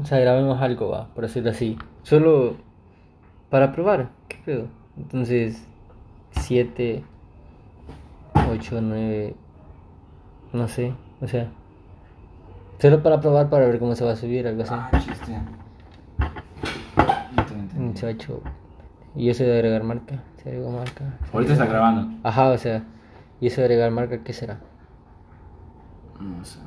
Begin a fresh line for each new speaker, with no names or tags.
O sea, grabemos algo, va, por decirlo así. Solo para probar, ¿qué pedo? Entonces, 7, 8, 9, no sé, o sea. Solo para probar, para ver cómo se va a subir, algo así.
Ah, chiste. No te entendí.
Mm, Se ha hecho. Y eso de agregar marca, se agregó marca.
Ahorita está grabando.
Ajá, o sea, y eso de agregar marca, ¿qué será?
No sé.